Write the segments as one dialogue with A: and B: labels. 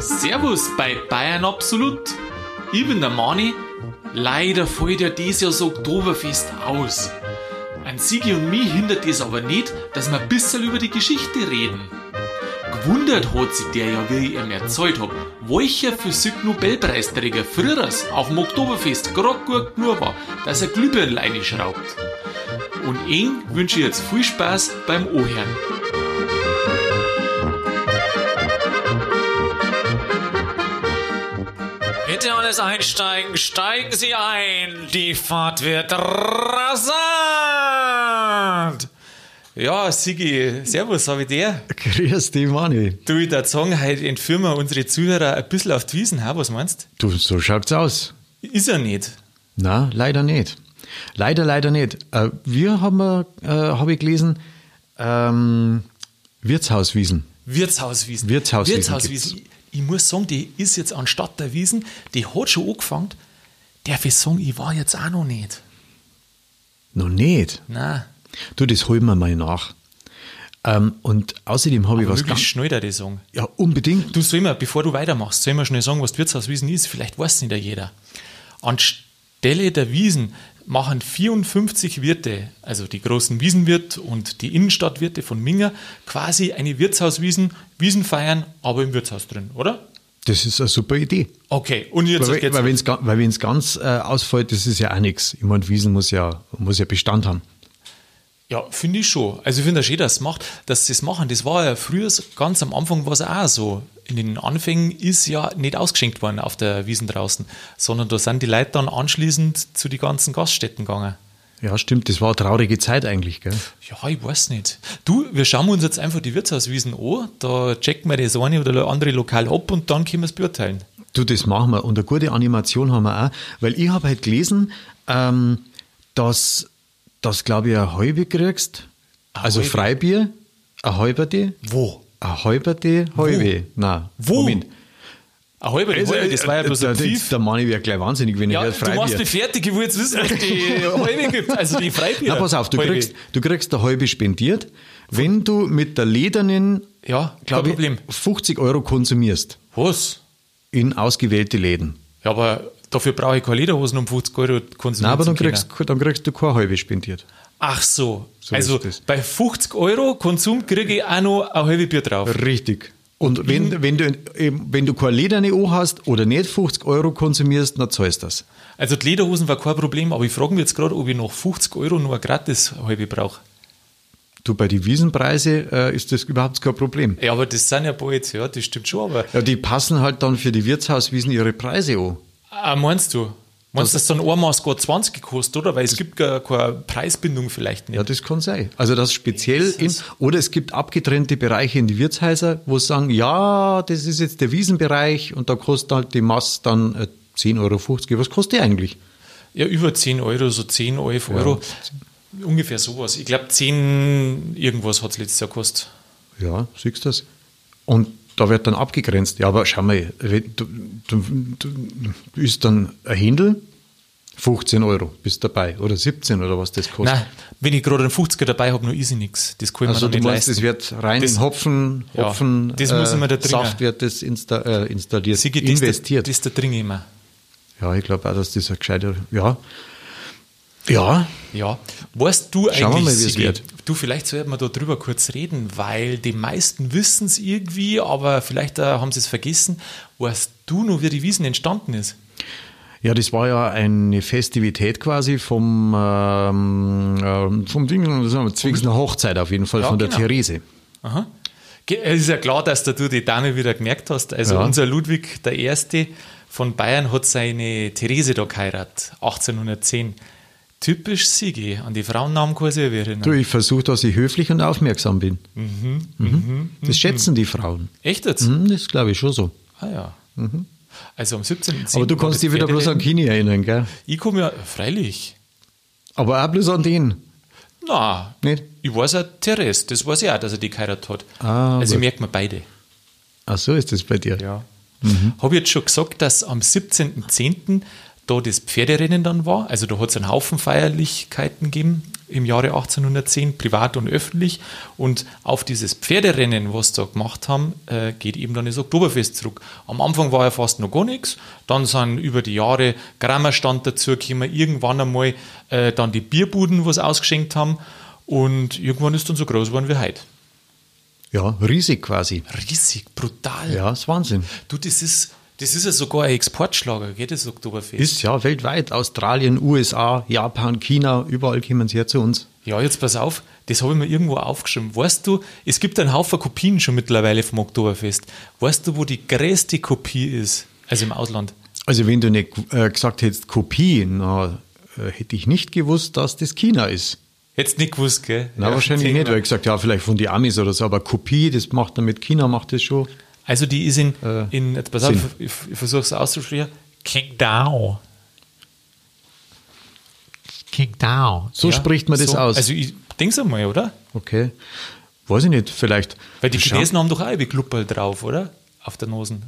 A: Servus bei Bayern Absolut. Ich bin der Mani. Leider fällt ja dieses Jahr das Oktoberfest aus. An Sigi und mich hindert es aber nicht, dass wir ein bisschen über die Geschichte reden. Gewundert hat sich der ja, wie ich ihm erzählt hab, welcher Physik-Nobelpreisträger früheres auf dem Oktoberfest grad gut genug war, dass er Glühbirnleine schraubt. Und ihm wünsche ich jetzt viel Spaß beim Ohren.
B: Bitte alles einsteigen, steigen Sie ein. Die Fahrt wird rasant.
A: Ja, Sigi, servus, habe ich dir.
C: Grüß dich, Manni.
A: Du, ich der Song, heute entführen wir unsere Zuhörer ein bisschen auf die Wiesen, ha? was meinst
C: Du, so schaut's aus.
A: Ist er nicht.
C: Na, leider nicht. Leider, leider nicht. Äh, wir haben, äh, habe ich gelesen, ähm, Wirtshauswiesen.
A: Wirtshauswiesen.
C: Wirtshauswiesen
A: Wirtshauswiesen. Ich, ich muss sagen, die ist jetzt anstatt der Wiesen, die hat schon angefangen. Darf ich sagen, ich war jetzt auch noch nicht.
C: Noch nicht.
A: Nein,
C: Du, das holen wir mal nach. Ähm, und außerdem habe ich was
A: möglichst
C: ganz.
A: schnell da die sagen.
C: Ja, unbedingt.
A: Du soll immer, bevor du weitermachst, soll immer schnell sagen, was die Wirtshauswiesen ist. Vielleicht weiß nicht jeder. Anstelle der Wiesen machen 54 Wirte, also die großen Wiesenwirt und die Innenstadtwirte von Minger, quasi eine Wirtshauswiesen, Wiesenfeiern, aber im Wirtshaus drin, oder?
C: Das ist eine super Idee.
A: Okay, und jetzt,
C: Weil,
A: jetzt
C: weil wenn es ganz äh, ausfällt, das ist ja auch nichts. Ich meine, Wiesen muss ja, muss ja Bestand haben.
A: Ja, finde ich schon. Also ich finde es schön, dass es macht, dass sie es machen. Das war ja früher so- ganz am Anfang war es auch so. In den Anfängen ist ja nicht ausgeschenkt worden auf der Wiesen draußen, sondern da sind die Leute dann anschließend zu den ganzen Gaststätten gegangen.
C: Ja, stimmt. Das war eine traurige Zeit eigentlich, gell?
A: Ja, ich weiß nicht. Du, wir schauen uns jetzt einfach die Wirtshauswiesen an, da checken wir das eine oder andere Lokal ab und dann können wir es beurteilen.
C: Du, das machen wir. Und eine gute Animation haben wir auch, weil ich habe halt gelesen, ähm, dass, dass glaube ich, ein Halbe kriegst. also
A: Halbe?
C: Freibier, ein Halberte.
A: Wo?
C: Ein Halberte, Halbe. Nein,
A: Wo?
C: Moment. Äh, Also,
A: Ein halber, halber, das war ja bloß
C: der,
A: ein
C: der,
A: Pfiff.
C: der Mann wäre gleich wahnsinnig, wenn
A: Ja,
C: er
A: du machst
C: Freibier.
A: mich fertig, ich will jetzt wissen, was die halbe gibt, also die Freibier.
C: Na, pass auf, du
A: Halbe.
C: kriegst, du kriegst eine halbe spendiert, wenn du mit der ledernen,
A: Ja, kein
C: glaube ich,
A: Problem.
C: 50 Euro konsumierst
A: Was?
C: in ausgewählte Läden.
A: Ja, aber dafür brauche ich keine Lederhosen um 50 Euro konsumieren.
C: Na, aber dann
A: zu können.
C: kriegst, dann kriegst du keine halbe spendiert.
A: Ach so.
C: So
A: also
C: ist das.
A: bei 50 Euro Konsum kriege ich auch noch ein halbes Bier drauf.
C: Richtig. Und wenn, wenn, du, eben, wenn du keine lederne O hast oder nicht 50 Euro konsumierst, dann zahlst du das.
A: Also die Lederhosen war kein Problem, aber ich frage mich jetzt gerade, ob ich noch 50 Euro nur ein gratis halbe brauche.
C: Du, bei den Wiesenpreise äh, ist das überhaupt kein Problem.
A: Ja, aber das sind ja bald, ja, das stimmt schon, aber
C: Ja, die passen halt dann für die Wirtshauswiesen ihre Preise an.
A: ah, meinst du? Meinst du, dass dann ein Maß gar 20 gekostet, oder? Weil es gibt gar keine Preisbindung vielleicht nicht.
C: Ja, das kann sein. Also das speziell in, oder es gibt abgetrennte Bereiche in die Wirtshäuser, wo sie sagen, ja, das ist jetzt der Wiesenbereich und da kostet halt die Masse dann äh, 10,50 Euro. Was kostet die eigentlich?
A: Ja, über 10 Euro, so 10, 11 Euro. Ungefähr sowas. Ich glaube, 10 irgendwas hat es letztes Jahr gekostet.
C: Ja, siehst du das? Und da wird dann abgegrenzt. Ja, aber schau mal, wenn du, du, du ist dann ein Händel, 15 Euro bist dabei oder 17 oder was das kostet.
A: Nein, wenn ich gerade einen 50er dabei habe, nur ist ich nichts. Das kann ich mir
C: also
A: noch
C: du
A: nicht
C: meinst,
A: leisten.
C: es wird rein
A: Das-
C: in Hopfen,
A: Ja,
C: Hopfen, äh,
A: das muss immer da drin
C: Saft
A: sein.
C: wird das insta äh, installiert,
A: Sigi, das
C: investiert.
A: Das, das, das dringe ich immer.
C: ja, ich glaube auch, dass das ein gescheiter, ja. Ja,
A: Ja. Weißt du
C: Schauen wir
A: eigentlich,
C: mal, wie es
A: Sigi,
C: wird.
A: du, vielleicht sollten wir da drüber kurz reden, weil die meisten wissen es irgendwie, aber vielleicht äh, haben sie es vergessen. Weißt du nur, wie die Wiesen entstanden ist?
C: Ja, das war ja eine Festivität quasi vom, ähm, ähm, vom Ding, das haben wir zwingend eine Hochzeit auf jeden Fall
A: Ja,
C: von der
A: genau.
C: Therese.
A: Aha. Ge- Es ist ja klar, dass da du die Dame wieder gemerkt hast. Also
C: Ja.
A: unser Ludwig der Erste von Bayern hat seine Therese da geheiratet, 1810. Typisch Sigi, an die Frauennamen kann ich mich erinnern.
C: Du, ich versuche, dass ich höflich und aufmerksam bin. Mhm. Das schätzen die Frauen.
A: Echt jetzt?
C: Mhm, das glaube ich schon so.
A: Ah ja. Also am 17.
C: Mhm. Aber du kannst dich wieder bloß an Kini erinnern, gell?
A: Ich komme ja, freilich.
C: Aber auch bloß an den.
A: Na,
C: Nicht?
A: ich weiß ja Therese, das weiß ich auch, dass er die geheiratet hat.
C: Ah,
A: also
C: gut.
A: merkt man beide.
C: Ach so ist das bei dir.
A: Ja. Habe ich jetzt schon gesagt, dass am 17.10. da das Pferderennen dann war. Also da hat es einen Haufen Feierlichkeiten gegeben im Jahre 1810, privat und öffentlich. Und auf dieses Pferderennen, was sie da gemacht haben, äh, geht eben dann das Oktoberfest zurück. Am Anfang war ja fast noch gar nichts. Dann sind über die Jahre Grammerstand dazu gekommen, irgendwann einmal äh, dann die Bierbuden, was ausgeschenkt haben. Und irgendwann ist dann so groß geworden wie heute.
C: Ja, riesig quasi.
A: Riesig, brutal.
C: Ja, ist Wahnsinn.
A: Du, das ist, das ist ja sogar ein Exportschlager, geht das Oktoberfest?
C: Ist ja weltweit, Australien, USA, Japan, China, überall kommen sie her zu uns.
A: Ja, jetzt pass auf, das habe ich mir irgendwo aufgeschrieben. Weißt du, es gibt einen Haufen Kopien schon mittlerweile vom Oktoberfest. Weißt du, wo die größte Kopie ist? Also im Ausland.
C: Also wenn du nicht äh, gesagt hättest Kopie, na, äh, hätte ich nicht gewusst, dass das China ist.
A: Hättest nicht gewusst, gell?
C: Na,
A: Ja,
C: wahrscheinlich
A: zehn
C: nicht,
A: Mal.
C: weil ich gesagt, ja, vielleicht von die Amis oder so, aber Kopie, das macht dann mit China, macht das schon.
A: Also die ist in,
C: Äh,
A: in jetzt pass auf,
C: Sinn.
A: ich, ich versuche es auszusprechen.
B: Qingdao. Qingdao.
C: So spricht man das
A: so,
C: aus.
A: Also ich denk's einmal, oder?
C: okay. Weiß ich nicht, vielleicht.
A: Weil die
C: Schau-
A: Chinesen haben doch auch ein Klupperl drauf, oder? Auf der Nosen.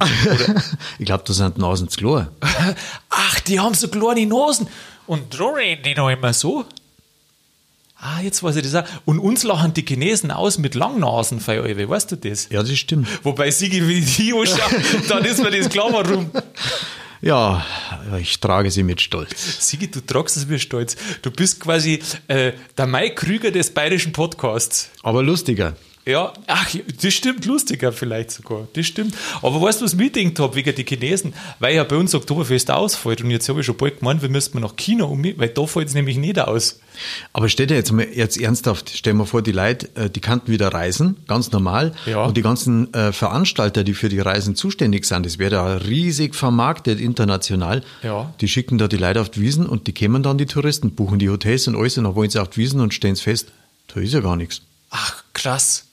C: Ich glaube, da sind die Nasen zu klar.
A: Ach, die haben so kleine Nosen. Und
B: So reden die noch immer so.
A: ah, jetzt weiß ich das auch. Und uns lachen die Chinesen aus mit Langnasen, Feier, weißt du das?
C: Ja, das stimmt.
A: Wobei Sigi wie die anschaut, dann ist mir das klar, warum.
C: Ja, ich trage sie mit Stolz.
A: Sigi, du tragst es mir stolz. Du bist quasi äh, der Mike Krüger des bayerischen Podcasts.
C: Aber lustiger.
A: Ja, ach, das stimmt, lustiger vielleicht sogar. Das stimmt. Aber weißt du, was ich mir gedacht habe wegen die Chinesen? Weil ja bei uns Oktoberfest ausfällt. Und jetzt habe ich schon bald gemeint, wir müssten nach China um, weil da fällt es nämlich nicht aus.
C: Aber stell dir jetzt mal jetzt ernsthaft, stell mir vor, die Leute, äh, die kannten wieder reisen, ganz normal.
A: Ja.
C: Und die ganzen äh, Veranstalter, die für die Reisen zuständig sind, das wäre da riesig vermarktet international.
A: Ja.
C: Die schicken da die Leute auf die Wiesen und die kämen dann die Touristen, buchen die Hotels und alles und dann wollen sie auf die Wiesen und stellen fest, da ist ja gar nichts.
A: Ach, krass.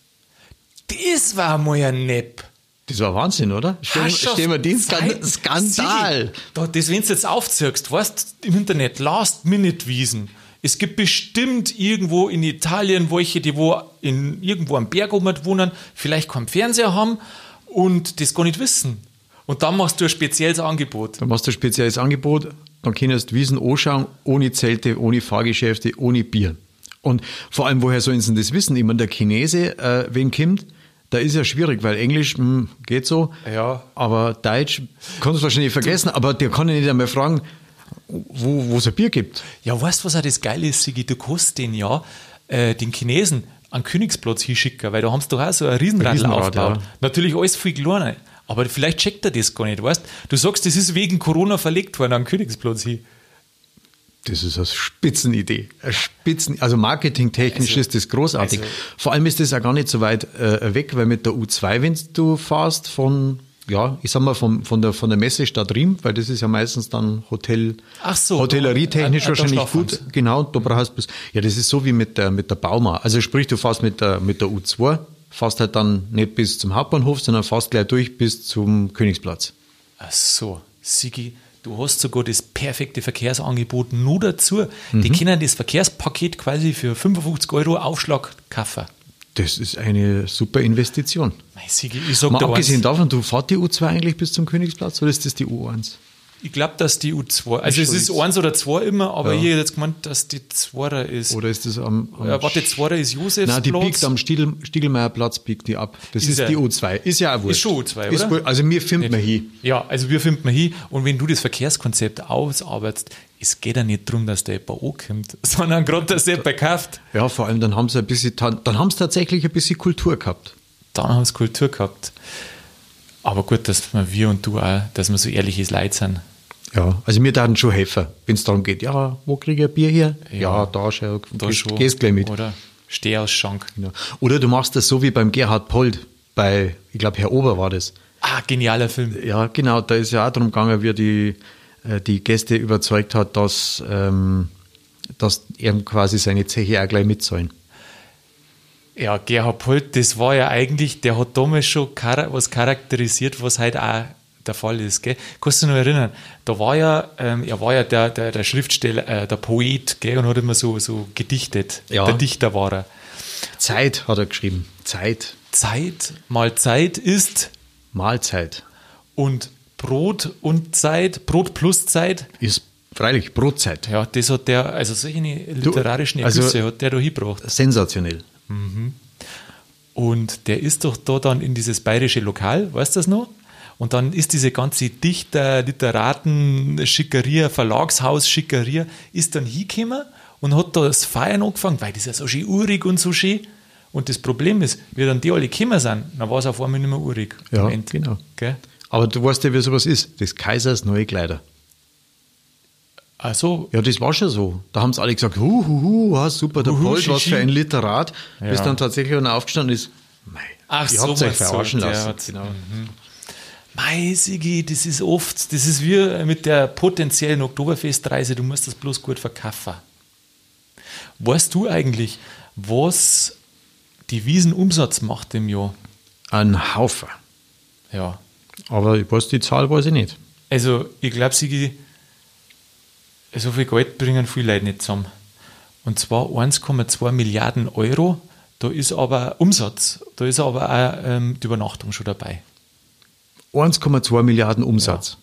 A: Das war mal ein Nepp.
C: Das war Wahnsinn, oder? Stell,
A: Herrschaft,
C: stell mir den
A: Zeit-
C: Skan- Skandal.
A: Sieh, Da, das, wenn du jetzt aufzirkst, weißt im Internet, Last-Minute-Wiesen. Es gibt bestimmt irgendwo in Italien welche, die wo in, irgendwo am Berg oben wohnen, vielleicht keinen Fernseher haben und das gar nicht wissen. Und dann machst du ein spezielles Angebot.
C: Dann machst du ein spezielles Angebot, dann kannst du Wiesen anschauen, ohne Zelte, ohne Fahrgeschäfte, ohne Bier. Und vor allem, woher sollen sie denn das wissen? Ich meine, der Chinese, äh, wen kommt, da ist ja schwierig, weil Englisch hm, geht so,
A: Ja.
C: aber Deutsch kannst du wahrscheinlich vergessen, aber der kann ja nicht einmal fragen, wo wo es ein Bier gibt.
A: Ja, weißt du, was auch das Geile ist, Sigi? Du kannst den ja, äh, den Chinesen, an Königsplatz hinschicken, weil da haben sie doch auch so ein Riesenradl
C: Riesenrad,
A: aufgebaut.
C: ja.
A: Natürlich alles viel kleiner. Aber vielleicht checkt er das gar nicht, weißt du? sagst, das ist wegen Corona verlegt worden an Königsplatz hin.
C: Das ist eine Spitzenidee. Eine Spitzen, also marketingtechnisch ist das großartig.
A: also
C: Vor allem ist das auch gar nicht so weit äh, weg, weil mit der U2, wenn du fährst von, ja, ich sag mal, von, von, der, von der Messestadt Riem, weil das ist ja meistens dann Hotel,
A: Ach so.
C: Hotellerietechnisch
A: Ah, ah, da
C: wahrscheinlich
A: schlafen
C: gut. Genau, da brauchst du, ja, das ist so wie mit der, mit der Bauma. Also sprich, du fährst mit der, mit der U2, fährst halt dann nicht bis zum Hauptbahnhof, sondern fährst gleich durch bis zum Königsplatz.
A: Ach so, Sigi, du hast sogar das perfekte Verkehrsangebot nur dazu. Die
C: Mhm.
A: können das Verkehrspaket quasi für 55 Euro Aufschlag kaufen.
C: Das ist eine super Investition.
A: Mei, Sigi, ich sag
C: Mal
A: dir
C: abgesehen
A: eins,
C: davon, du fährt die U2 eigentlich bis zum Königsplatz oder ist das die U1?
A: ich glaube, dass die U2, also es
C: schon
A: ist
C: jetzt.
A: eins oder zwei immer, aber
C: Ja.
A: hier jetzt gemeint, dass die Zweiter ist.
C: Oder ist das am. am
A: Ja, warte, zweiter ist Josefsplatz.
C: Nein, die biegt am Stiegel, Stiegelmeierplatz, biegt die ab. Das
A: Ist
C: ist,
A: er.
C: die U2. Ist ja auch wurscht.
A: Ist schon U2,
C: Ist
A: oder?
C: wohl- also mir findet man hier.
A: Ja, also wir finden man hin und wenn du das Verkehrskonzept ausarbeitest, es geht ja nicht darum, dass der jemand ankommt, sondern gerade, dass der jemand kauft.
C: Ja, vor allem dann haben sie ein bisschen, tan- dann haben sie tatsächlich ein bisschen Kultur gehabt.
A: Dann haben sie Kultur gehabt. Aber gut, dass wir, wir und du auch, dass wir so ehrliches Leid sind.
C: Ja, also mir dann schon helfen, wenn es darum geht, ja, wo kriege ich ein Bier hier? Ja, da schon.
A: Da
C: gehst,
A: schon.
C: gehst gleich mit.
A: Oder? Steh aus Schank.
C: Ja. Oder du machst das so wie beim Gerhard Pold, bei, ich glaube, Herr Ober war das.
A: Ah, genialer Film.
C: Ja, genau, da ist ja auch darum gegangen, wie er die, äh, die Gäste überzeugt hat, dass, ähm, dass er quasi seine Zeche auch gleich mitzahlen.
A: Ja, Gerhard Polt, das war ja eigentlich, der hat damals schon chara- was charakterisiert, was heute auch der Fall ist. Gell? Kannst du dich noch erinnern? Da war ja, ähm, er war ja der, der, der Schriftsteller, äh, der Poet, gell? und hat immer so, so gedichtet.
C: Ja.
A: Der Dichter war er.
C: Zeit hat er geschrieben. Zeit.
A: Zeit mal Zeit ist
C: Mahlzeit.
A: und Brot und Zeit, Brot plus Zeit
C: Ist freilich, Brotzeit.
A: Ja, das hat der, also solche literarischen
C: also-
A: Ergüsse hat der da hingebracht.
C: Sensationell.
A: Und der ist doch da dann in dieses bayerische Lokal, weißt du das noch? Und dann ist diese ganze Dichter, Literaten, Schickeria, Verlagshaus, Schickeria, ist dann hingekommen und hat da das Feiern angefangen, weil das ja so schön urig und so schön. Und das Problem ist, wie dann die alle gekommen sind, dann war es auf einmal nicht mehr urig.
C: Ja,
A: Am Ende.
C: genau.
A: Gell?
C: Aber du weißt ja, wie sowas ist. Des Kaisers neue Kleider.
A: Also,
C: Ja, das war schon so. Da haben sie alle gesagt, hu, hu, hu, ah, super, der
A: Hu, hu,
C: Paul,
A: shi,
C: was
A: shi.
C: für ein Literat. Bis
A: Ja.
C: dann tatsächlich einer aufgestanden ist, mei,
A: Ach,
C: ihr
A: so
C: habt euch
A: was
C: verarschen
A: so, der
C: lassen.
A: hat's- Meisigi, Mhm. das ist oft, das ist wie mit der potenziellen Oktoberfestreise, du musst das bloß gut verkaufen. Weißt du eigentlich, was die Wiesen Umsatz macht im Jahr?
C: Ein Haufen.
A: Ja.
C: Aber ich weiß, die Zahl weiß ich nicht.
A: Also, ich glaube, Sigi, so viel Geld bringen viele Leute nicht zusammen. Und zwar 1,2 Milliarden Euro, da ist aber Umsatz, da ist aber auch ähm, die Übernachtung schon dabei.
C: 1,2 Milliarden Umsatz.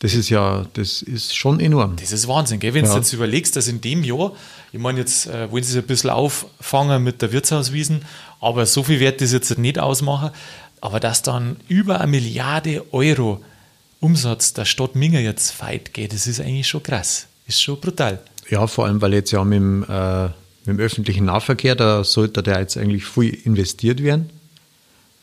C: Das ist ja, das ist schon enorm.
A: Das ist Wahnsinn, gell? wenn du
C: Ja.
A: jetzt überlegst, dass in dem Jahr, ich meine, jetzt äh, wollen sie es ein bisschen auffangen mit der Wirtshauswiesen, aber so viel wird das jetzt nicht ausmachen, aber dass dann über eine Milliarde Euro Umsatz der Stadt Minger jetzt feit geht, das ist eigentlich schon krass, ist schon brutal.
C: Ja, vor allem, weil jetzt ja mit dem, äh, mit dem öffentlichen Nahverkehr, da sollte da jetzt eigentlich viel investiert werden.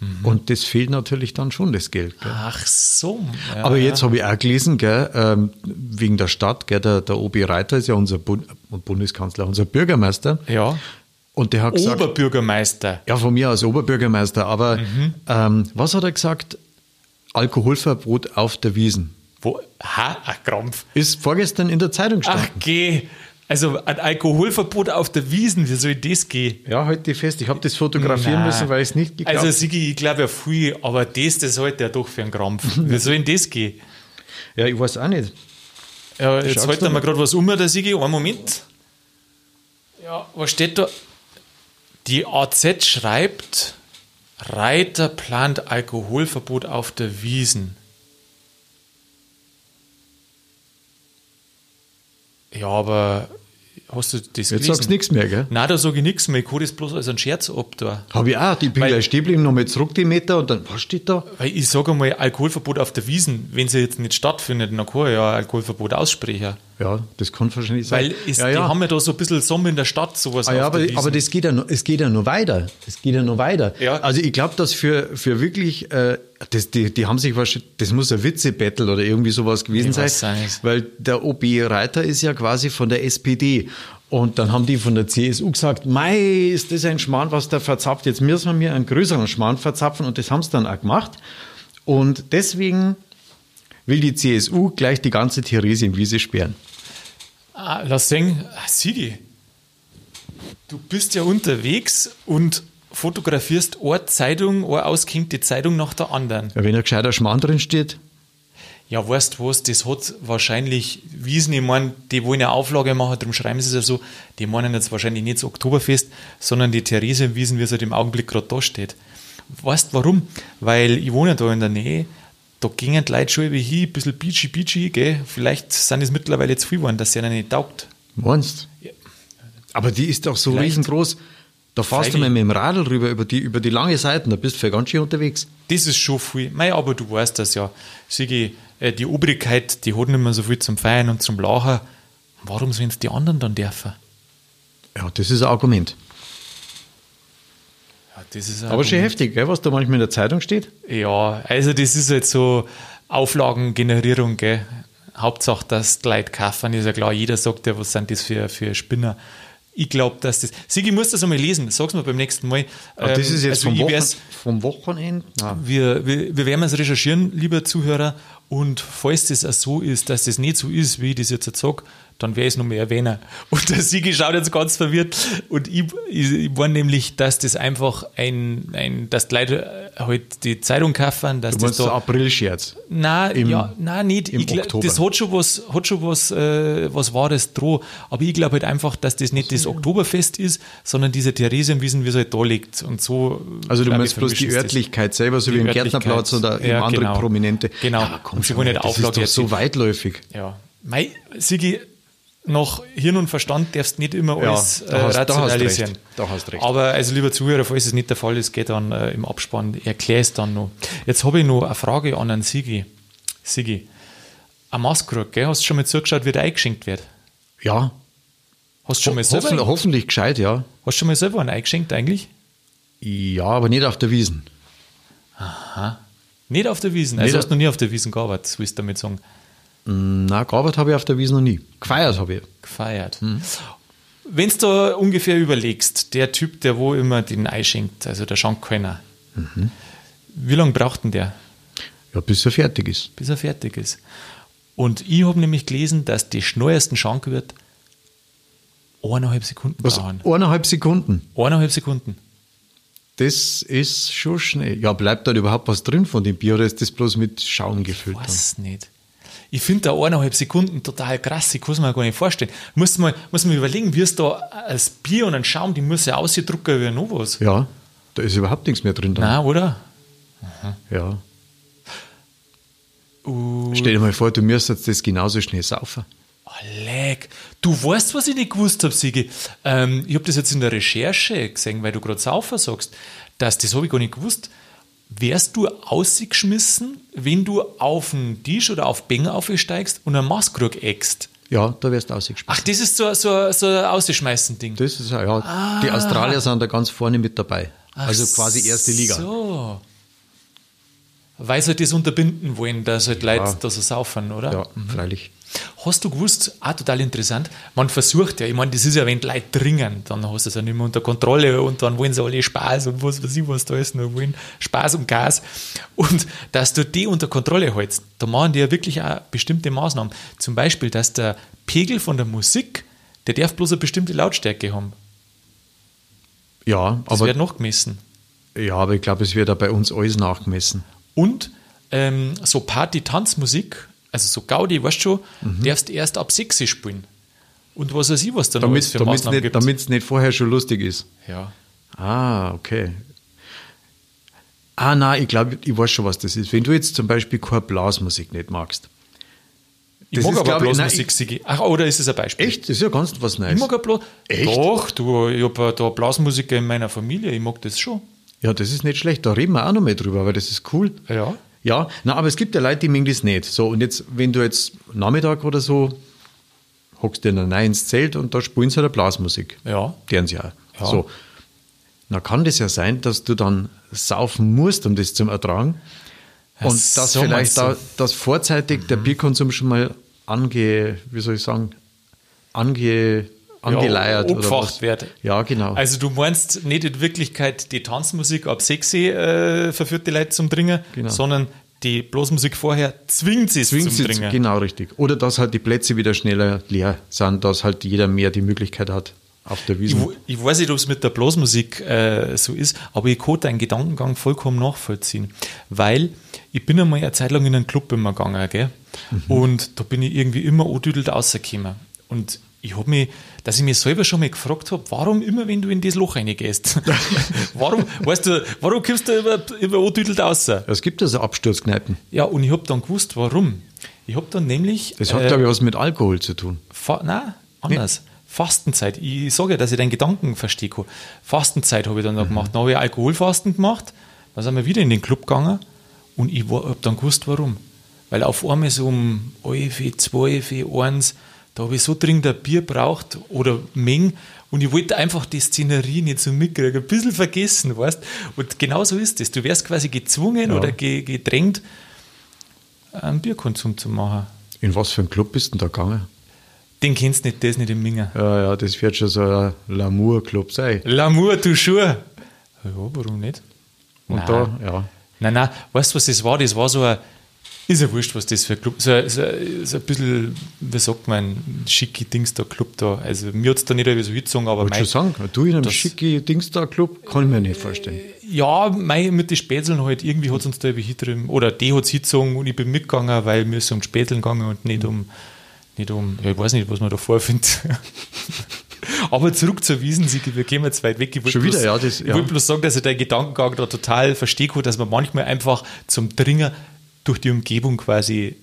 A: Mhm.
C: Und das fehlt natürlich dann schon, das Geld. Gell?
A: Ach so. ja,
C: Aber
A: ja.
C: jetzt habe ich auch gelesen, gell, ähm, wegen der Stadt, gell, der, der Obi Reiter ist ja unser Bund Bundeskanzler, unser Bürgermeister.
A: Ja,
C: Und der hat gesagt,
A: Oberbürgermeister.
C: ja, von mir aus Oberbürgermeister, aber
A: Mhm.
C: ähm, was hat er gesagt? Alkoholverbot auf der Wiesen.
A: Wo, ha, ach, Krampf.
C: Ist vorgestern in der Zeitung
A: Ach,
C: gestanden.
A: geh. Also ein Alkoholverbot auf der Wiesen, wie soll das gehen?
C: Ja, heute fest. Ich habe das fotografieren
A: Nein.
C: müssen, weil ich es nicht geglaubt
A: Also, Sigi, ich glaube ja viel, aber das, das halt ja doch für einen Krampf. Wie soll denn das gehen?
C: Ja, ich weiß auch nicht.
A: Ja, jetzt
C: Schaut's
A: halten
C: doch
A: wir gerade was um, der Sigi. Einen Moment. Ja, was steht da? Die AZ schreibt: Reiter plant Alkoholverbot auf der Wiesen. Ja, aber hast du das
C: Jetzt sagst du nichts mehr, gell?
A: Nein, da sage ich nichts mehr. Ich kann das bloß als einen Scherz ab da.
C: Habe ich auch. Ich bin
A: Weil-
C: gleich stehen geblieben, nochmal zurück die Meter und dann, was steht da?
A: Weil ich sage mal, Alkoholverbot auf der Wiesen, wenn sie jetzt nicht stattfindet, dann kann ich ja Alkoholverbot aussprechen.
C: Ja, das kann wahrscheinlich sein.
A: Weil ist,
C: ja,
A: die
C: ja.
A: haben ja da so ein bisschen Sommer in der Stadt, sowas
C: Ah ja,
A: auf
C: aber,
A: der Wiesen.
C: aber das geht ja noch, es geht ja nur weiter. Es geht ja nur weiter.
A: Ja.
C: Also ich glaube, dass für, für wirklich, äh, das, die, die haben sich wahrscheinlich, das muss ein Witze-Battle oder irgendwie sowas gewesen
A: Ich
C: sein,
A: weiß auch nicht.
C: weil der OB Reiter ist ja quasi von der SPD. Und dann haben die von der CSU gesagt, mei, ist das ein Schmarrn, was der verzapft. Jetzt müssen wir mir einen größeren Schmarrn verzapfen und das haben sie dann auch gemacht. Und deswegen will die CSU gleich die ganze Theresienwiese sperren.
A: ah, lass sehen, ah, Sigi, du bist ja unterwegs und fotografierst eine Zeitung, eine auskinkte Zeitung nach der anderen.
C: Ja, wenn ein gescheiter Schmarrn drin steht,
A: Ja, weißt du was, das hat wahrscheinlich Wiesen, ich meine, die wollen eine Auflage machen, darum schreiben sie es ja so, die meinen jetzt wahrscheinlich nicht das Oktoberfest, sondern die Therese Wiesen, wie es halt im Augenblick gerade da steht. Weißt du warum? Weil ich wohne ja da in der Nähe, da gingen die Leute schon über hin, ein bisschen beachy beachy, gell? Vielleicht sind es mittlerweile jetzt viel geworden, dass sie ihnen nicht taugt.
C: Meinst
A: Ja.
C: Aber die ist doch so
A: Vielleicht.
C: riesengroß. Da fährst du
A: Freilich.
C: mal mit dem Radl rüber, über die, über die lange Seiten, da bist du für ganz schön unterwegs.
A: Das ist schon viel. Mei, aber du weißt das ja. Sigi, äh, die Obrigkeit, die hat nicht mehr so viel zum Feiern und zum Lachen. Warum sollen es die anderen dann dürfen?
C: Ja, das ist ein Argument.
A: Ja, das ist ein
C: Aber schon
A: Argument.
C: heftig, gell, was da manchmal in der Zeitung steht.
A: Ja, also das ist halt so Auflagengenerierung, gell. Hauptsache, dass die Leute kaufen, ist ja klar. Jeder sagt ja, was sind das für, für Spinner. Ich glaube, dass das... Sigi, muss das einmal lesen. Sag's mir beim nächsten Mal.
C: Aber Ah, das
A: Ähm,
C: ist jetzt
A: also
C: vom,
A: ich
C: Wochen,
A: werd's-
C: vom Wochenende. Nein.
A: wir, wir, wir werden es recherchieren, lieber Zuhörer. Und falls das auch so ist, dass das nicht so ist, wie ich das jetzt sage, dann werde ich es nochmal erwähnen. Und der Sigi schaut jetzt ganz verwirrt. Und ich, ich, ich war nämlich, dass das einfach ein, ein dass die Leute äh, halt die Zeitung kaufen, dass
C: Du
A: das
C: meinst so
A: da.
C: April-Scherz.
A: Nein,
C: im-
A: ja, nein, nicht.
C: im
A: Ich glaub,
C: Oktober.
A: Das hat schon was, hat schon was, äh, was Wahres dran. Aber ich glaube halt einfach, dass das nicht das Oktoberfest ist, sondern diese Theresienwiesen, wie es halt da liegt. Und so.
C: Also du
A: glaub
C: meinst
A: ich,
C: bloß die
A: vermischen sie das.
C: Örtlichkeit selber, so wie im
A: Örtlichkeit.
C: Gärtnerplatz oder im
A: Ja,
C: andere
A: genau.
C: Prominente.
A: Genau.
C: Ja, komm
A: Sie
C: schon,
A: wollen
C: das
A: nicht Auflage
C: ist doch so
A: erzielen.
C: weitläufig.
A: Ja. Mei, Sigi, nach Hirn und Verstand darfst nicht immer
C: Ja,
A: alles
C: da hast-
A: äh,
C: da hast
A: rationalisieren.
C: recht, da hast recht.
A: Aber also lieber Zuhörer, falls es nicht der Fall ist, geht dann äh, im Abspann, erklär es dann noch. Jetzt habe ich noch eine Frage an einen Sigi. Sigi, ein Maskrug, gell? Hast du schon mal zugeschaut, wie der eingeschenkt wird?
C: Ja,
A: Hast du schon mal selber,
C: hoffen, hoffentlich gescheit, ja.
A: hast du schon mal selber einen eingeschenkt eigentlich?
C: Ja, aber nicht auf der Wiesen.
A: Nicht auf der Wiesen. Also
C: Nicht
A: hast du noch nie auf der Wiesen gearbeitet, so willst du damit sagen.
C: Na, gearbeitet habe ich auf der Wiesen noch nie. Gefeiert habe ich.
A: gefeiert. Wenn du Hm. da ungefähr überlegst, der Typ, der wo immer den Ei schenkt, also der Schankkönner,
C: Mhm.
A: wie lange braucht denn der,
C: Ja, bis er fertig ist.
A: bis er fertig ist? Und ich habe nämlich gelesen, dass die schnellsten Schank wird eineinhalb Sekunden
C: Was?
A: dauern.
C: Eineinhalb Sekunden.
A: Eineinhalb Sekunden.
C: Das ist schon schnell. Ja, bleibt da überhaupt was drin von dem Bier oder ist das bloß mit Schaum gefüllt? dann?
A: Was nicht? Ich finde da eineinhalb Sekunden total krass, ich kann es mir gar nicht vorstellen. Muss man, muss man überlegen, wie es da als Bier und ein Schaum, die muss ja ausgedruckt wie noch was.
C: Ja, da ist überhaupt nichts mehr drin. Dann.
A: Nein, oder?
C: Ja.
A: Uh.
C: Stell dir mal vor, du müsstest das genauso schnell saufen.
A: Oh, leck. Du weißt, was ich nicht gewusst habe, Sigi. Ähm, ich habe das jetzt in der Recherche gesehen, weil du gerade Saufer sagst. Das, das habe ich gar nicht gewusst. Wärst du ausgeschmissen, wenn du auf den Tisch oder auf Bänger aufsteigst und einen Maskrug eckst?
C: Ja, da wärst du ausgesperrt.
A: Ach, das ist so, so, so ein Ausschmeißen-Ding.
C: Das ist ja, ja. Die Australier sind da ganz vorne mit dabei.
A: Ah. Ach
C: also quasi erste Liga.
A: So. Weil sie das unterbinden wollen, dass halt Leute
C: Ja.
A: da so saufen, oder?
C: Ja, freilich.
A: Hast du gewusst, auch total interessant, man versucht ja, ich meine, das ist ja, wenn die Leute dringen, dann hast du es ja nicht mehr unter Kontrolle und dann wollen sie alle Spaß und was weiß ich, was da ist, nur wollen Spaß und Gas. Und dass du die unter Kontrolle hältst, da machen die ja wirklich auch bestimmte Maßnahmen. Zum Beispiel, dass der Pegel von der Musik, der darf bloß eine bestimmte Lautstärke haben.
C: Ja,
A: Das
C: aber,
A: wird noch gemessen.
C: ja, aber ich glaube, es wird da bei uns alles nachgemessen.
A: Und ähm, so Party-Tanzmusik, also so Gaudi, weißt du schon,
C: Mhm.
A: darfst erst ab 6 spielen. Und was weiß ich, was da noch alles
C: Damit
A: für Maßnahmen gibt.
C: es nicht vorher schon lustig ist.
A: Ja.
C: Ah, okay. Ah, nein, ich glaube, ich weiß schon, was das ist. Wenn du jetzt zum Beispiel keine Blasmusik nicht magst.
A: Ich mag
C: ist,
A: aber
C: glaub ich, nein,
A: Blasmusik, Sigi. Ach, oder ist es ein Beispiel?
C: Echt? Das ist ja ganz was Neues.
A: Ich mag Blas
C: Echt?
A: Doch, du, ich habe da Blasmusiker in meiner Familie, ich mag das schon.
C: Ja, das ist nicht schlecht. Da reden wir auch noch mehr drüber, weil das ist cool.
A: Ja.
C: Ja, na, aber es gibt ja Leute, die mögen das nicht. So, und jetzt, wenn du jetzt Nachmittag oder so hockst du in ein ins Zelt und da spielen sie halt eine Blasmusik.
A: Ja.
C: Deren sie auch. So. Na, kann das ja sein, dass du dann saufen musst, um das zu ertragen.
A: Ja,
C: und dass
A: so meinst
C: vielleicht
A: du. Mhm.
C: da, dass vorzeitig der Bierkonsum schon mal ange, wie soll ich sagen, ange, angeleiert oder was.
A: Umgefacht wird.
C: Ja, genau.
A: Also du meinst nicht in Wirklichkeit die Tanzmusik ab sexy äh, verführt die Leute zum Dringen,
C: Genau.
A: sondern die Blasmusik vorher zwingt sie es zum
C: zwingt sie
A: Dringen.
C: genau richtig. Oder dass halt die Plätze wieder schneller leer sind, dass halt jeder mehr die Möglichkeit hat auf der
A: Ich,
C: Wiese.
A: wo- ich weiß nicht, ob es mit der Blasmusik äh, so ist, aber ich konnte deinen Gedankengang vollkommen nachvollziehen. Weil ich bin einmal eine Zeit lang in einen Club immer gegangen, gell?
C: Mhm.
A: Und da bin ich irgendwie immer andüdelt rausgekommen. Und ich habe mich, dass ich mich selber schon mal gefragt habe, warum immer, wenn du in das Loch reingehst? warum, weißt du, warum kommst du immer, immer andüdelt raus?
C: Es gibt ja so Absturzkneipen.
A: Ja, und ich habe dann gewusst, warum. Ich habe dann nämlich.
C: Das hat, glaube ich, was mit Alkohol zu tun.
A: Fa Nein, anders. Fastenzeit. Ich sage ja, dass ich deinen Gedanken verstehe. Ko. Fastenzeit habe ich dann noch gemacht. Dann habe ich Alkoholfasten gemacht. Dann sind wir wieder in den Club gegangen und ich habe dann gewusst, warum. Weil auf einmal so um 11, 12, 1, da habe ich so dringend ein Bier braucht oder Mengen und ich wollte einfach die Szenerie nicht so mitkriegen, ein bisschen vergessen, weißt Und genau so ist es. Du wärst quasi gezwungen oder ge gedrängt, einen Bierkonsum zu machen.
C: In was für einen Club bist du denn da gegangen?
A: Den kennst du nicht, der ist nicht im Minger.
C: Ja, ja, das wird schon so ein Lamour-Club sein.
A: L'amour toujours. Ja, warum nicht?
C: Und
A: Nein.
C: da, ja.
A: Nein, nein, weißt du, was das war? Das war so ein, ist ja wurscht, was das für ein Club, so ein, so ein, so ein bisschen, wie sagt man, schicke Dings da, Club da. Also mir hat es da nicht irgendwie so hingezogen, aber
C: Wollte
A: mei,
C: schon sagen, du in einem
A: das-
C: schicke Dings da Club, kann ich mir nicht vorstellen.
A: ja, mei, mit den Spätzeln halt, irgendwie hat es uns da irgendwie hingetrieben, oder die hat es hingezogen und ich bin mitgegangen, weil mir ist um die Spätzeln gegangen und nicht um, nicht um, ja, ich weiß nicht, was man da vorfindet. Aber zurück zur Wiesensiege, wir gehen jetzt weit weg. Ich wollte
C: Schon wieder,
A: bloß,
C: ja, das-
A: Ich
C: ja.
A: wollte bloß sagen, dass ich deinen Gedankengang da total verstehe, dass man manchmal einfach zum Dringer durch die Umgebung quasi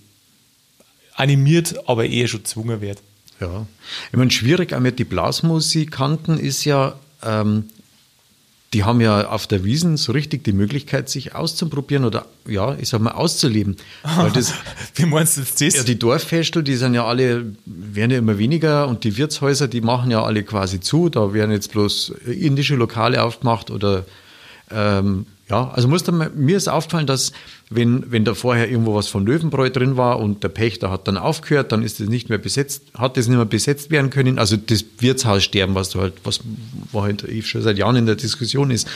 A: animiert, aber eher schon gezwungen wird.
C: Ja. Ich meine, schwierig auch mit den Blasmusikanten ist ja, ähm, die haben ja auf der Wiesen so richtig die Möglichkeit, sich auszuprobieren oder, ja, ich sag mal, auszuleben. Weil das,
A: Wie meinst du jetzt das?
C: ja, die Dorffestel, die sind ja alle, werden ja immer weniger und die Wirtshäuser, die machen ja alle quasi zu. Da werden jetzt bloß indische Lokale aufgemacht oder, ähm, ja, also muss dann, mal- mir ist aufgefallen, dass wenn, wenn da vorher irgendwo was von Löwenbräu drin war und der Pächter hat dann aufgehört, dann ist es nicht mehr besetzt, hat es nicht mehr besetzt werden können. Also das Wirtshaussterben, was du halt, was war halt eh schon seit Jahren in der Diskussion ist,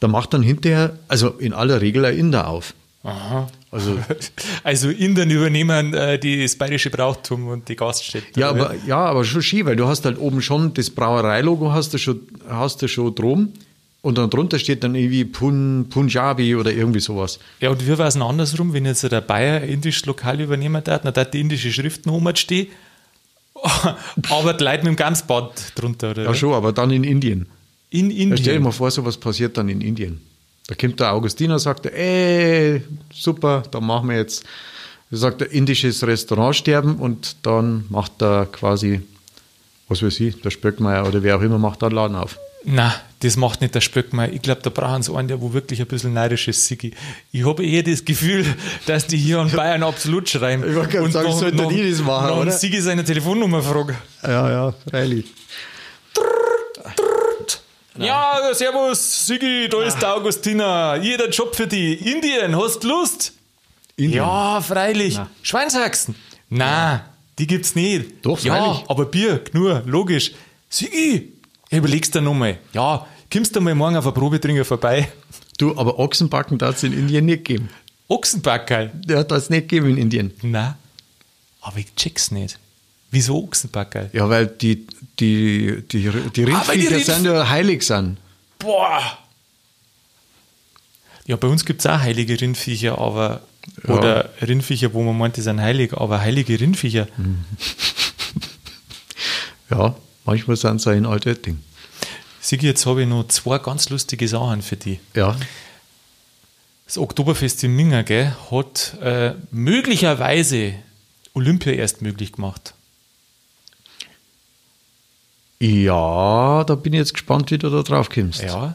C: da macht dann hinterher, also in aller Regel ein Inder auf.
A: Aha.
C: Also
A: Also Indern übernehmen äh, die, das bayerische Brauchtum und die Gaststätte.
C: Ja, aber, ja, aber schon schön, weil du hast halt oben schon das Brauereilogo hast du schon, hast du schon drum und dann drunter steht dann irgendwie Pun, Punjabi oder irgendwie sowas.
A: Ja, und wie war es denn andersrum, wenn jetzt der Bayer ein indisches Lokal übernehmen darf, dann darf die indische Schrift noch oben stehen, aber die Leute mit dem Gamsband drunter, oder?
C: Ja, schon, aber dann in Indien.
A: In
C: Ja, stell dir
A: Indien.
C: mal vor, sowas passiert dann in Indien. Da kommt der Augustiner, sagt er, ey, super, dann machen wir jetzt, da sagt er, indisches Restaurant sterben und dann macht er quasi, was weiß ich, der Spöckmeier oder wer auch immer macht da einen Laden auf.
A: Nein, das macht nicht der Spöckmeier. Ich glaube, da brauchen sie einen, der wo wirklich ein bisschen neidisch ist, Sigi. Ich habe eher das Gefühl, dass die hier an Bayern absolut schreiben.
C: Ich wollte gerade sagen, sollte
A: noch,
C: die das machen,
A: noch
C: oder?
A: Sigi seine Telefonnummer fragen.
C: Ja, ja, freilich.
A: Ja, servus, Sigi, da
C: Ah.
A: ist der Augustiner. Jeder Job für die. Indien, hast Lust?
C: Indien.
A: Ja, freilich. Schweinshaxen? Na, die gibt's nicht.
C: Doch,
A: Ja,
C: freilich.
A: aber Bier, nur, logisch. Sigi, überlegst du nochmal. Ja, kommst du mal morgen auf eine Probetringer vorbei?
C: Du, aber Ochsenbacken darf es in Indien nicht geben.
A: Ochsenbackerl?
C: Der hat das nicht gegeben in Indien.
A: Na, aber ich check's nicht. Wieso Ochsenbackerl?
C: Ja, weil die, die, die, die
A: Ah, weil die
C: Rindviecher
A: Rindv-
C: sind ja heilig sind.
A: Boah! Ja, bei uns gibt es auch heilige Rindviecher, aber. Oder Rindviecher, wo man meint, die sind heilig, aber heilige Rindviecher.
C: Mhm. Ja, manchmal sind sie auch in Altötting.
A: Sigi, jetzt habe ich noch zwei ganz lustige Sachen für dich.
C: Ja,
A: Das Oktoberfest in Minger gell, hat äh, möglicherweise Olympia erst möglich gemacht.
C: ja, da bin ich jetzt gespannt, wie du da drauf kommst.
A: Ja.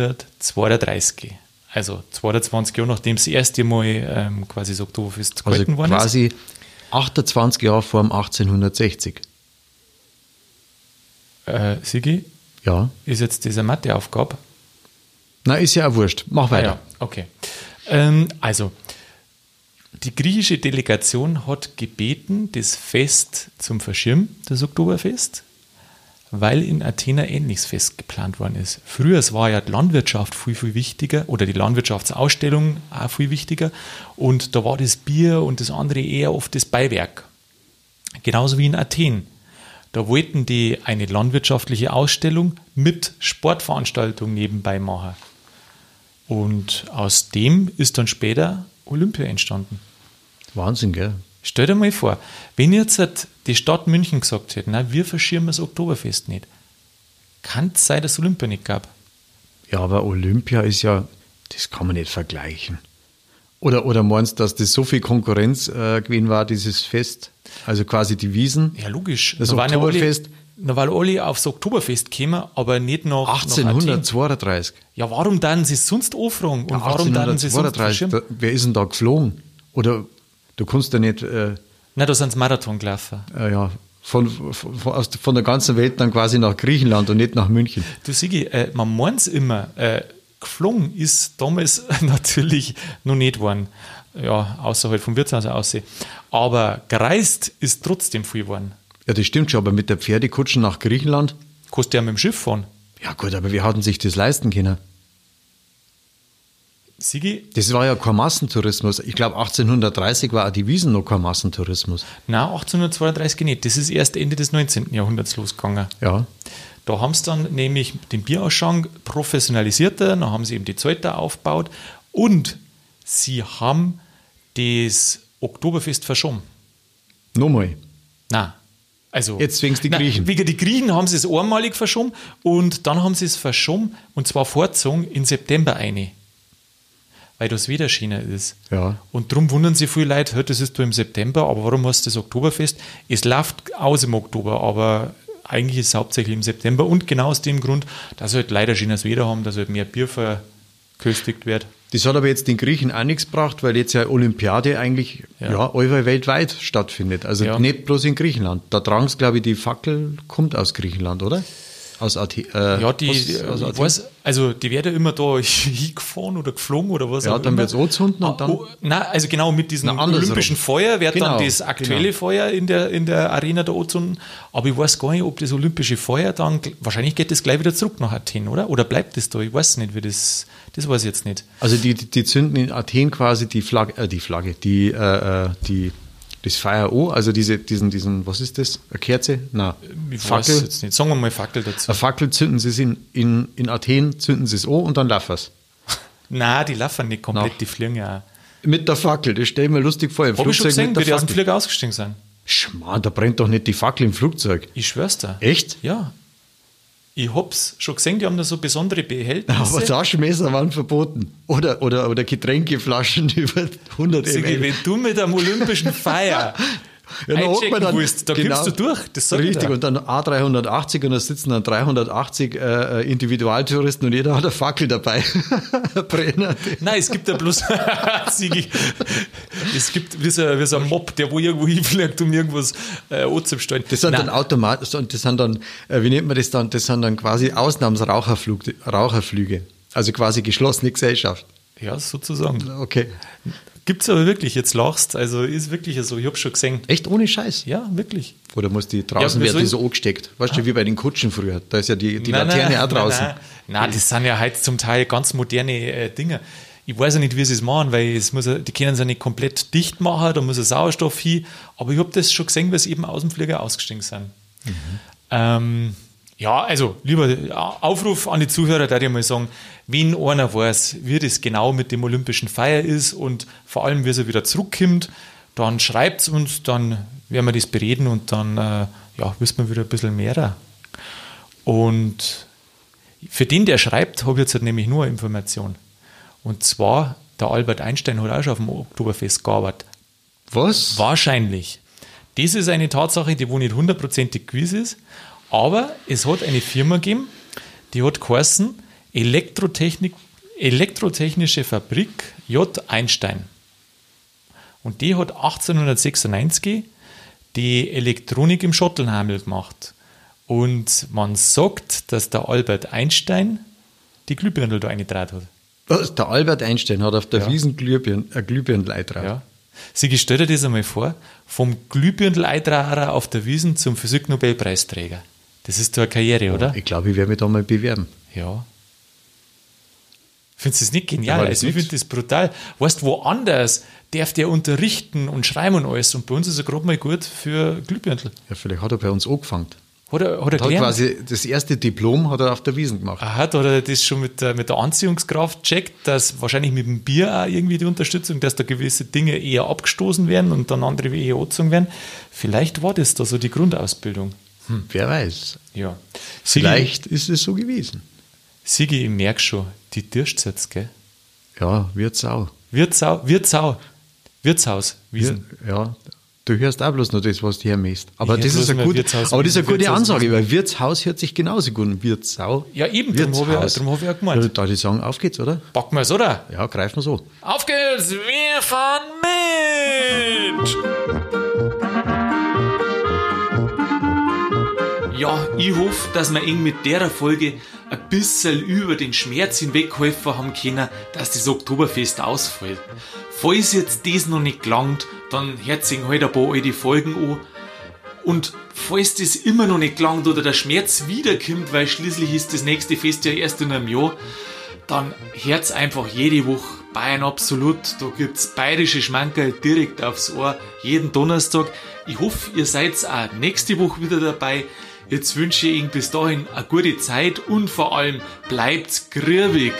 A: 1832. Also 22 Jahre, nachdem das erste Mal ähm, quasi das Oktoberfest
C: also
A: gehalten worden ist.
C: quasi 28 Jahre vor dem 1860.
A: Äh, Sigi,
C: Ja,
A: ist jetzt diese Matheaufgabe?
C: na ist ja auch wurscht. Mach
A: Ah
C: weiter.
A: ja, okay. Ähm, also, die griechische Delegation hat gebeten, das Fest zum Verschirmen, das Oktoberfest, weil in Athen ein ähnliches Fest geplant worden ist. Früher es war ja die Landwirtschaft viel, viel wichtiger oder die Landwirtschaftsausstellung auch viel wichtiger und da war das Bier und das andere eher oft das Beiwerk. Genauso wie in Athen. Da wollten die eine landwirtschaftliche Ausstellung mit Sportveranstaltung nebenbei machen. Und aus dem ist dann später Olympia entstanden.
C: Wahnsinn, gell?
A: Stell dir mal vor, wenn jetzt halt die Stadt München gesagt hätte, na, wir verschirmen das Oktoberfest nicht, kann es sein, dass es Olympia nicht gab.
C: Ja, aber Olympia ist ja, das kann man nicht vergleichen. Oder, oder meinst du, dass das so viel Konkurrenz äh, gewesen war, dieses Fest? Also quasi die Wiesen?
A: Ja, logisch.
C: Das
A: Da waren ja
C: Oktoberfest.
A: Alle, da weil alle aufs Oktoberfest kämen, aber nicht nach nach Athen.
C: 1832.
A: Ja, warum dann sie es sonst anfragen? Und warum dann sie es sonst
C: 1832,
A: verschirmen?
C: da, wer ist denn da geflogen? Oder du kannst ja nicht äh,
A: Na, da sind sie Marathon gelaufen.
C: äh, ja, von, von, von- aus, von der ganzen Welt dann quasi nach Griechenland und nicht nach München.
A: Du Sigi, äh, man meint's immer, äh, geflogen ist damals natürlich noch nicht worden. Ja, außer halt vom Wirtshaus aussehen. Aber gereist ist trotzdem viel geworden.
C: Ja, das stimmt schon, aber mit der Pferdekutsche nach Griechenland,
A: Kannst du ja mit dem Schiff fahren.
C: ja gut, aber wir hatten sich das leisten können.
A: Sigi,
C: Das war ja kein Massentourismus. Ich glaube, 1830 war auch die Wiesen noch kein Massentourismus.
A: na 1832 nicht. Das ist erst Ende des 19. Jahrhunderts losgegangen.
C: Ja,
A: Da haben sie dann nämlich den Bierausschank professionalisierter, dann haben sie eben die Zelter aufgebaut und sie haben das Oktoberfest verschoben.
C: nochmal.
A: Na, also
C: Jetzt zwingst die
A: Nein,
C: Griechen.
A: Wegen die Griechen haben sie es einmalig verschoben und dann haben sie es verschoben und zwar vorzogen in September eine. weil das Wederschiene ist.
C: Ja.
A: Und darum wundern sich viele Leute, "Hä, das ist du im September, aber warum hast du das Oktoberfest? Es läuft aus im Oktober, aber eigentlich ist es hauptsächlich im September und genau aus dem Grund, dass halt leider Chinas Weder haben, dass halt mehr Bier verköstigt wird.
C: Das hat aber jetzt den Griechen auch nichts gebracht, weil jetzt ja Olympiade eigentlich ja.
A: Ja.
C: allweil weltweit stattfindet. Also
A: Ja.
C: nicht bloß in Griechenland. Da drang es, glaube ich, die Fackel kommt aus Griechenland, oder? Aus Athen. äh,
A: Ja, die,
C: aus- aus
A: ich
C: Athen.
A: weiß, also die werden immer da hingefahren oder geflogen oder was
C: Ja, dann
A: immer.
C: wird's anzünden und
A: Ah,
C: dann-
A: oh, Nein, also genau mit diesem
C: Na, andersrum.
A: olympischen Feuer wird
C: Genau,
A: dann das aktuelle
C: genau.
A: Feuer in der, in der Arena da anzünden. Aber ich weiß gar nicht, ob das olympische Feuer dann, wahrscheinlich geht das gleich wieder zurück nach Athen, oder? Oder bleibt das da? Ich weiß nicht, wie das, das weiß ich jetzt nicht.
C: Also die, die, die zünden in Athen quasi die Flagge, äh, die Flagge, die, äh, äh, die, das Feuer an, also diese, diesen, diesen, was ist das? Eine Kerze? Nein,
A: Ich weiß
C: Fackel.
A: jetzt nicht. Sagen wir mal Fackel dazu.
C: Eine Fackel zünden sie es in, in, in Athen, zünden sie es an und dann laufen sie.
A: Nein, die laufen nicht komplett,
C: Nach-
A: die fliegen ja.
C: Mit der Fackel, das stelle ich mir lustig vor. Im
A: Habe ich schon gesehen,
C: mit der
A: wie die aus dem
C: Fackel.
A: Flieger ausgestiegen sind.
C: Schmarrn, da brennt doch nicht die Fackel im Flugzeug.
A: Ich schwör's dir.
C: Echt?
A: Ja. Ich hab's schon gesehen, die haben da so besondere Behältnisse.
C: Aber Taschenmesser waren verboten. Oder, oder, oder Getränkeflaschen über 100
A: Sigi,
C: ml.
A: wenn du mit einem olympischen Feier
C: Ja, dann hockt man
A: einchecken
C: dann-
A: willst, da
C: genau.
A: kippst du durch. Das sag ich
C: Richtig,
A: dir.
C: und dann A380 und da sitzen dann 380 äh, äh, Individualtouristen und jeder hat eine Fackel dabei. Brenner.
A: Nein, es gibt ja bloß, Sigi, es gibt wie so, wie so ein Mob, der wo irgendwo hinfliegt, um irgendwas äh, anzustellen.
C: Das sind
A: Nein,
C: dann automatisch, das sind dann, äh, wie nennt man das dann? Das sind dann quasi Ausnahmsraucherflüge. Raucherflüge. Also quasi geschlossene Gesellschaft.
A: Ja, sozusagen.
C: Okay.
A: Gibt's aber wirklich, jetzt lachst, also ist wirklich so, ich hab schon gesehen.
C: Echt ohne Scheiß.
A: Ja, wirklich.
C: Oder muss die draußen
A: Ja,
C: werden die
A: wieso-
C: so angesteckt? Weißt du, wie bei den Kutschen früher. Da ist ja die, die
A: Nein,
C: Laterne
A: nein,
C: auch draußen.
A: Nein, nein. nein, das sind ja halt zum Teil ganz moderne äh, Dinge. Ich weiß ja nicht, wie sie es machen, weil es muss, ja- die können es ja nicht komplett dicht machen, da muss ja Sauerstoff hin. Aber ich habe das schon gesehen, wie sie eben aus dem Flieger ausgestiegen sind. Ähm, ja, also, lieber äh, Aufruf an die Zuhörer, da ich mal sagen, wenn einer weiß, wie das genau mit dem Olympischen Feier ist und vor allem, wie es wieder zurückkommt, dann schreibt es uns, dann werden wir das bereden und dann äh, ja, wissen wir wieder ein bisschen mehr. Und für den, der schreibt, habe ich jetzt halt nämlich nur eine Information. Und zwar, der Albert Einstein hat auch schon auf dem Oktoberfest gearbeitet.
C: Was?
A: Wahrscheinlich. Das ist eine Tatsache, die wohl nicht hundertprozentig gewiss ist. Aber es hat eine Firma gegeben, die hat geheißen Elektrotechnik, Elektrotechnische Fabrik J. Einstein. Und die hat 1896 die Elektronik im Schottelhamel gemacht. Und man sagt, dass der Albert Einstein die Glühbirne da eingetragen hat.
C: Was? Der Albert Einstein hat auf der Wiesen Glühbirn, äh, Glühbirnleit drauf.
A: Ja. Sie stell dir das einmal vor, vom Glühbirnleitrarer auf der Wiesen zum Physiknobelpreisträger. Das ist doch eine Karriere, oder?
C: Ich glaube, ich werde mich da mal bewerben.
A: Ja. Findest du das nicht
C: Ja,
A: genial?
C: das
A: also ich
C: nix.
A: finde das brutal. Weißt du, woanders darf der unterrichten und schreiben und alles. Und bei uns ist er gerade mal gut für Glühbirnl.
C: Ja, vielleicht hat er bei uns angefangen.
A: Hat er, hat er
C: Er hat
A: gelernt?
C: quasi das erste Diplom hat er auf der Wiesen gemacht.
A: Aha, da hat er das schon mit der, mit der Anziehungskraft checkt, dass wahrscheinlich mit dem Bier auch irgendwie die Unterstützung, dass da gewisse Dinge eher abgestoßen werden und dann andere eher angezogen werden. Vielleicht war das da so die Grundausbildung.
C: Wer weiß.
A: Ja. Sigi,
C: Vielleicht ist es so gewesen.
A: Sigi, ich merke schon, die Tirscht jetzt, gell?
C: Ja, wird's auch.
A: Wirtsau, Wirtsau, Wirtshaus,
C: Wir,
A: Wiesen.
C: ja. Du hörst auch bloß nur das, was du hermäßt. Aber
A: Ich hör
C: das ist,
A: bloß
C: eine
A: mehr
C: gut,
A: Wirtshaus-
C: aber das ist eine gute
A: Wirtshaus-
C: Ansage, weil Wirtshaus hört sich genauso gut an. Wirtsau.
A: Ja, eben, darum hab ich- darum hab ich auch gemeint.
C: Ja, da die sagen, auf geht's, oder?
A: Packen wir es, oder?
C: Ja, greifen wir so.
B: Auf geht's, wir fahren mit!
D: Ja, ich hoffe, dass wir eng mit der Folge ein bisschen über den Schmerz hinweggeholfen haben können, dass das Oktoberfest ausfällt. Falls jetzt das noch nicht gelangt, dann hört sich halt ein paar alte Folgen an. Und falls das immer noch nicht gelangt oder der Schmerz wiederkommt, weil schließlich ist das nächste Fest ja erst in einem Jahr, dann hört's einfach jede Woche Bayern Absolut. Da gibt's bayerische Schmankerl direkt aufs Ohr, jeden Donnerstag. Ich hoffe, ihr seid auch nächste Woche wieder dabei. Jetzt wünsche ich Ihnen bis dahin eine gute Zeit und vor allem bleibt grübig.